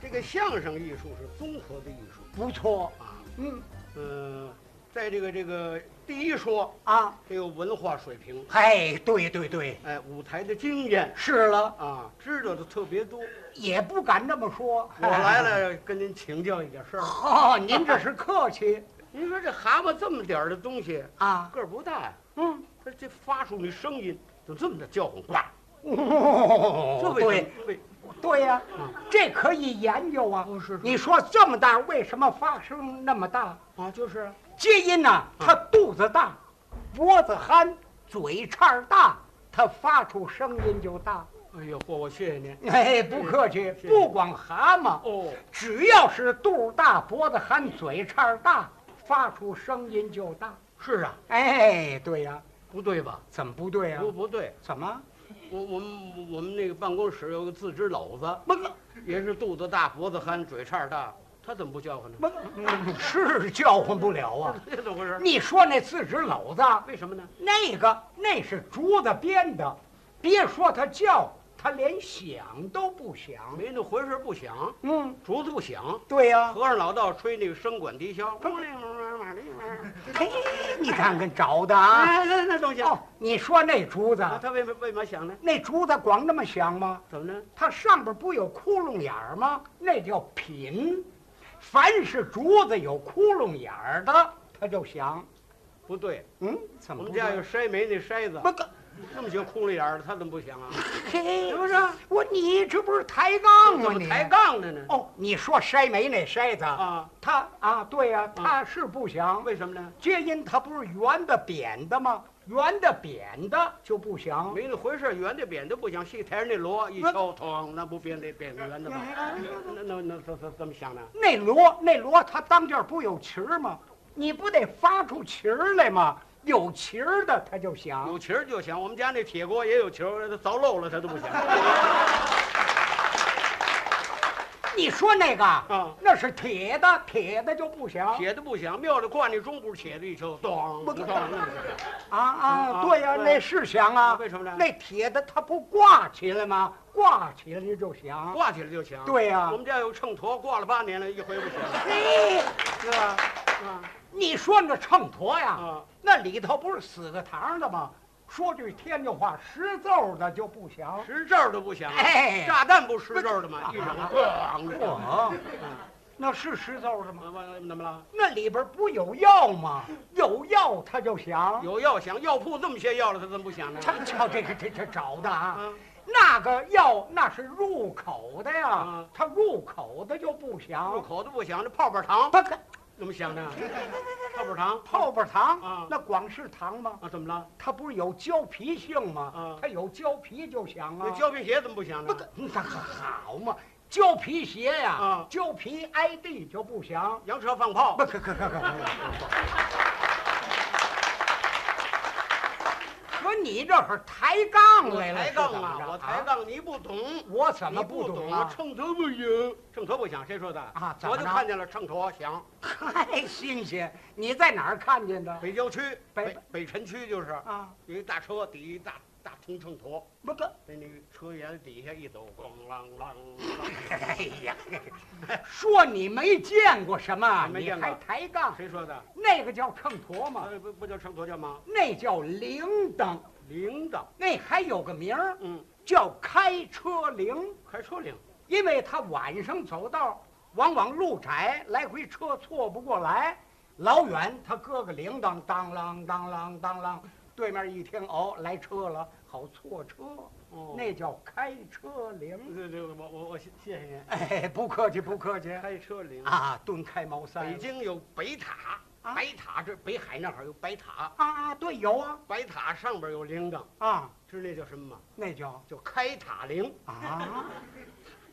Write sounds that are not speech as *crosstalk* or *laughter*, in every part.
这个相声艺术是综合的艺术不错，啊。嗯嗯，在这个这个第一说，啊，得有文化水平，哎，对对对，哎，舞台的经验是了，啊，知道的特别多。也不敢这么说。我来， *laughs* 了，跟您请教一点事儿。哦，您这是客气您说这蛤蟆这么点儿的东西，啊，个儿不大呀、嗯，它这发出那声音就这么的叫唤，呱，这哦为什对么？为对呀嗯，这可以研究啊。哦是是你说这么大，为什么发声那么大？啊，就是啊皆因呐、他肚子大，脖子憨，嘴叉儿大，他发出声音就大。哎呦嚯，我谢谢您。哎，不客气，是不光蛤蟆，哦，只要是肚儿大、脖子憨、嘴叉儿大，发出声音就大。是啊，哎，对呀、不对吧？怎么不对呀、啊不不对，怎么？我我们我们那个办公室有个自知篓子，不不也是肚子大、脖子憨、嘴叉大，他怎么不叫唤 *laughs* 呢？不，嗯是叫唤不了啊！这 *laughs* 怎么回事？你说那自制篓子，为什么呢？那个那是竹子编的，别说它叫，它连响都不响。没那回事，不响，嗯，竹子不响。对啊呀、和尚老道吹那个笙管笛箫，咣铃咣马铃 *laughs* 咣。嘿，你看看找的啊！哎，那那东西，啊哦，你说那竹子，那他为为嘛响呢？那竹子光那么响吗？怎么呢？它上边不有窟窿眼儿吗？那叫品。凡是竹子有窟窿眼儿的，它就响。不对，嗯，怎我么们不家对有筛煤那筛子，不可那么些窟窿眼儿的，他怎么不响啊？嘿是，不是？我你这不是抬杠吗怎？么你抬 *laughs* 杠啊的呢？哦，你说筛煤那筛子，啊，它啊，对呀、它是不响。为什么呢？皆因它不是圆的扁的吗？圆的扁的就不响。没那回事，圆的扁的不响，戏台上那锣一敲，咚，那不扁的扁的圆的吗？那那那怎怎怎么响呢？那锣，那锣，它当间儿不有旗儿吗？你不得发出旗儿来吗？有旗儿的它就响。有旗儿就响，我们家那铁锅也有球，儿，凿漏了它都不响。你说那 *laughs* 个，啊那是铁的，铁的就不响。铁的不响，庙里挂那钟鼓，铁的一敲，咚，不咚，那不响。啊啊，啊对呀、对那是响啊。为什么呢那铁的它不挂起来吗？挂起来就响。挂起来就响。对啊呀我们家有秤砣，挂了八年了，一回不响。 *laughs* 嘿，是吧？啊哎你说那秤砣呀，啊，那里头不是死个堂的吗？说句天津话，识奏的就不响。石咒都不响。哎炸弹不石咒的吗？不一扔，咣这样。我，那是识奏的吗？啊完了怎么了？那里边不有药吗？有药它就响。有药响，药铺这么些药了，它怎么不响呢？瞧瞧这个这这找的啊啊，那个药那是入口的呀啊，它入口的就不入响。口都不响，这泡泡糖它可怎么响 *laughs* 呢？泡泡糖泡泡糖啊，那光是糖吗？啊，怎么了？它不是有胶皮性吗啊？它有胶皮就响那啊。胶皮鞋怎么不响不呢？可，它好嘛，胶皮鞋呀啊，胶皮挨地就不响。洋车放炮不，可可可可可。可你这会儿抬杠我来了，抬是杠怎么啊着，我抬，杠，你不懂。我怎么你不懂啊啊？？秤砣不响，秤砣不响，谁说的啊怎我么啊了就看见了秤砣响，太新鲜！你在哪儿看见的？北郊区北北北城区就是啊，有一大车底一大大铜秤砣，不不，在那个车沿底下一走，咣啷啷啷。 *laughs* 哎呀，说你没见过什么，没你见过还抬杠？谁说的？那个叫秤砣吗？呃，不不叫秤砣叫吗？那叫铃铛，铃铛，那还有个名儿嗯，叫开车铃。开车铃。因为他晚上走道，往往路窄，来回车错不过来，老远他搁个铃铛，当啷当啷当啷，对面一听哦，来车了，好错车，哦那叫开车铃。嗯对对，我我我谢谢您。哎，不客气，不客气开车铃。啊，顿开茅塞了。北京有北塔，啊白塔这北海那儿有白塔，啊啊，对，有啊白塔上边有铃铛，啊，知那叫什么吗？那叫叫开塔铃。啊， *laughs*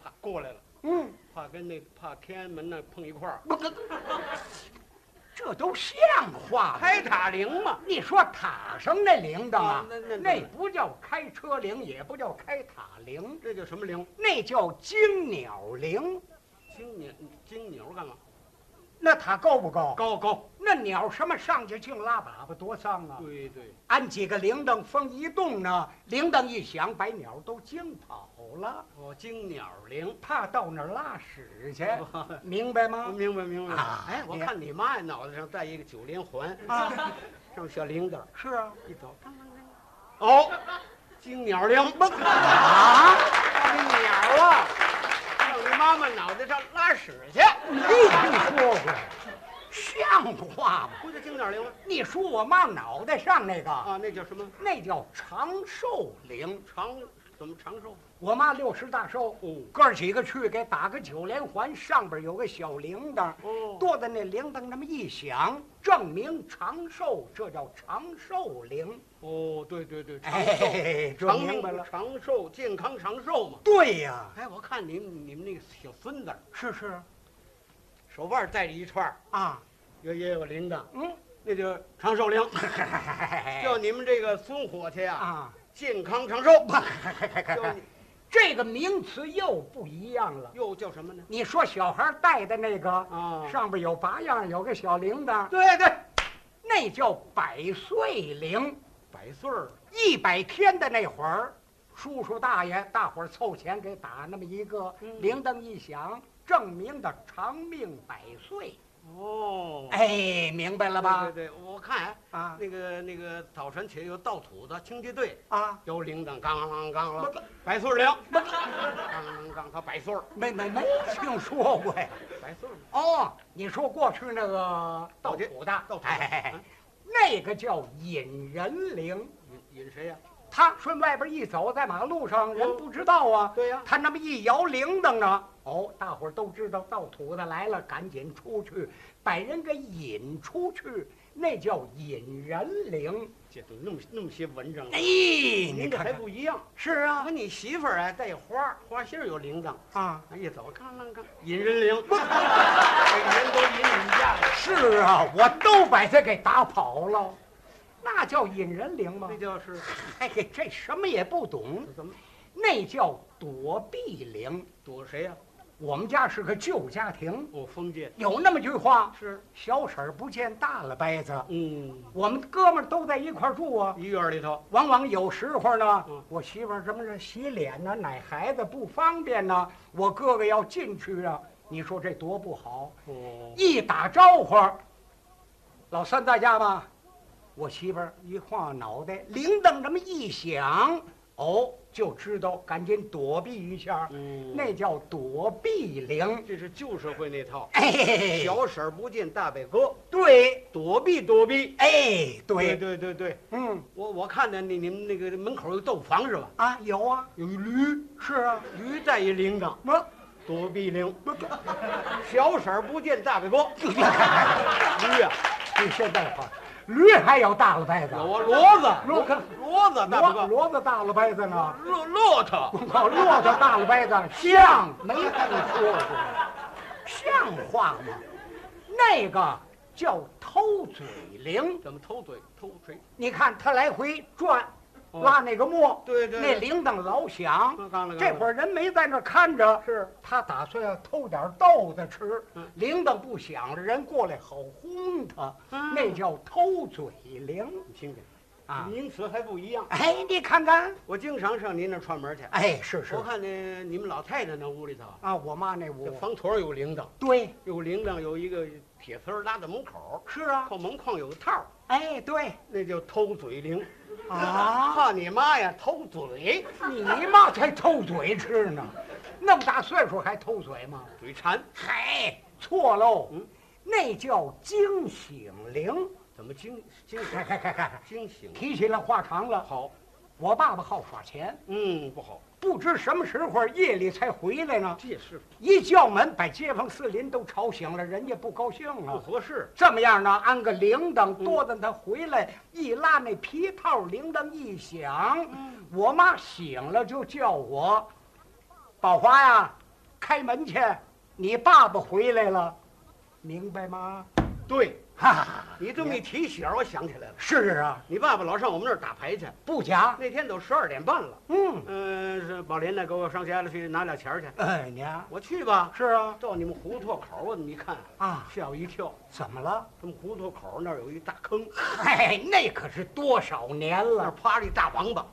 怕过来了，嗯，怕跟那怕天安门那碰一块儿。不，这这都像话吗？开塔铃嘛，你说塔上那铃铛啊啊，那那那不叫开车铃，也不叫开塔铃，这叫什么铃？那叫惊鸟铃。金鸟，金鸟干嘛？那塔高不高？高高，那鸟什么上去净拉粑粑，多脏啊！对对，按几个铃铛，风一动呢，铃铛一响，把鸟都惊跑了，哦，惊鸟铃，怕到那儿拉屎去，哦明白吗？ *laughs* 明白明白啊。哎，嗯我你看你妈呀脑袋上戴一个九连环，啊，上面小铃铛，是啊，一走，哦， *laughs* 惊鸟铃，不 *laughs* 啊，这鸟啊，上你妈妈脑袋上拉屎去，你说过，像话吗？不就惊鸟铃吗？你说我妈脑袋上那个，啊，那叫什么那叫长寿铃。长？怎么长寿？我妈六十大寿，哦哥儿几个去给打个九连环，上边有个小铃铛，哦，剁的那铃铛那么一响，证明长寿，这叫长寿铃。哦，对对对，长寿，哎，这长明白命了。长寿，健康长寿嘛。对呀，哎，我看你们你们那个小孙子儿是是手腕儿戴着一串儿，啊，也也有个铃铛， *laughs* 嗯，那叫长寿铃。叫就你们这个孙伙计呀、哎啊，健康 *laughs* 长寿。叫你这个名词又不一样了。又叫什么呢？你说小孩戴的那个，啊，上边有八样，有个小铃铛，对对，那叫百岁铃。百岁儿一百天的那会儿，叔叔大爷大伙儿凑钱给打那么一个，嗯铃铛一响，证明的长命百岁。哦。哎，明白了吧？对对对，我看哎啊那个那个早晨起来有倒土的清洁队，啊，有铃铛，刚啷刚啷，百岁儿铃，刚啷刚，他百岁儿，没没没听说过呀。百岁儿哦，你说过去那个倒倒贴土的，倒土的哎嗯，那个叫引人铃，引引谁呀？他顺外边一走，在马路上哦人不知道啊，对呀，他那么一摇铃铛呢，哦，大伙儿都知道盗土的来了，赶紧出去，把人给引出去，那叫引人铃。这怎么那么那么些文章啊？哎，您你这看还看，不一样。是我啊说你媳妇儿啊，带花儿，花心儿有铃铛，啊，哎一走，刚啷刚，引人铃， *laughs* 每人都引你家了，是啊，我都把他给打跑了，那叫引人铃吗这？就是哎，这什么也不懂，怎么那叫躲避铃。躲谁呀？我们家是个旧家庭，我封建有那么句话：是，小婶儿不见大了掰子。嗯，我们哥们儿都在一块儿住啊，一院儿里头，往往有时候呢，嗯我媳妇儿什么是洗脸呢、奶孩子不方便呢，我哥哥要进去啊，你说这多不好！哦，一打招呼，老三在家吗？我媳妇儿一晃脑袋，铃铛这么一响，哦，就知道赶紧躲避一下，嗯那叫躲避铃。这是旧社会那套，哎，小婶儿不见大伯哥，对，躲避躲避。哎对对，对对对，嗯我我看见你你们那个门口有豆房是吧？啊，有啊，有一驴，是啊，驴带一铃铛，我。躲避铃。小婶儿不见大伯 *laughs* 哥，驴呀、你现在话，驴还有大了掰子，有啊，骡子，骡骡子，大骡伯哥，骡子大了掰 *laughs* 子呢，骆骆驼，我靠，骆驼大了掰子像没听说过，像话吗？那个叫偷嘴铃，怎么偷嘴偷谁？你看他来回转，哦拉那个磨，对对对，那铃铛老响。刚了这会儿儿人没在那儿看着，是他打算要偷点豆子吃嗯，铃铛不响了，人过来好轰他，那嗯叫偷嘴铃你听听，啊。名词还不一样。哎，你看看，我经常上您那儿串门去，哎，是是我看见你们老太太那屋里头，啊，我妈那这屋，房头儿有铃铛，对，有铃铛，有一个铁丝儿拉在门口是啊儿，，靠门框有个套儿，哎， *laughs* 对那叫偷嘴铃。啊，怕你妈呀，偷嘴，你妈才偷嘴吃呢，那么大岁数还偷嘴吗？嘴馋，嗨，错喽嗯，那叫惊醒铃。怎么惊惊嗨醒嗨嗨嗨，惊醒？提起来话长了，好，我爸爸好耍钱，嗯，不好，不知什么时候夜里才回来呢，这也是一叫门把街坊四邻都吵醒了，人家不高兴不啊。合适。这么样呢，安个铃铛，多的他回来一拉那皮套，铃铛一响，我妈醒了就叫我，宝华呀，开门去，你爸爸回来了，明白吗？对，哈哈，你这么一提醒儿，我想起来了，是啊，你爸爸老上我们那儿打牌去，不假。那天都十二点半了。嗯，嗯、是宝林呢，给我上家里去拿俩钱儿去。哎娘，我去吧，是啊，到你们胡同口儿，我这么一看，啊，吓我一跳。怎么了？他们胡同口儿那儿有一大坑，嗨，那可是多少年那儿了！ *laughs* 趴着一大王八。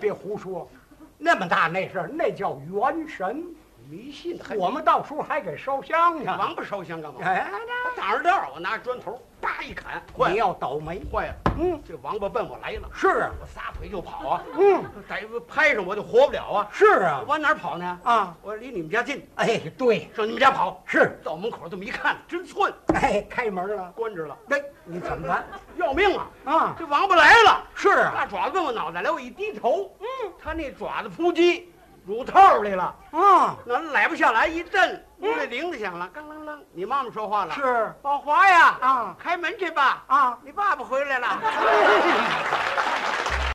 别胡说，那么大那事儿，那叫元神。迷信的还我们到时候还给烧香呢。王八烧香干嘛？哎，我挡着道儿，我拿砖头叭一砍，坏了你要倒霉。坏了，嗯，这王八奔我来了，是啊，我撒腿就跑啊，嗯，逮拍上我就活不了啊，是啊，往哪儿跑呢？啊，我离你们家近，哎，对，上你们家跑，是，到门口这么一看，真寸，哎，开门了，关着了，那你怎么办要命啊！啊？这王八来了，是啊，大爪子奔我脑袋来，我一低头，嗯，他那爪子扑叽，乳套来了，啊，那来不下来，一震，屋里铃子响了，当啷啷，你妈妈说话了，嗯是宝华呀，啊开门去吧，啊，你爸爸回来了。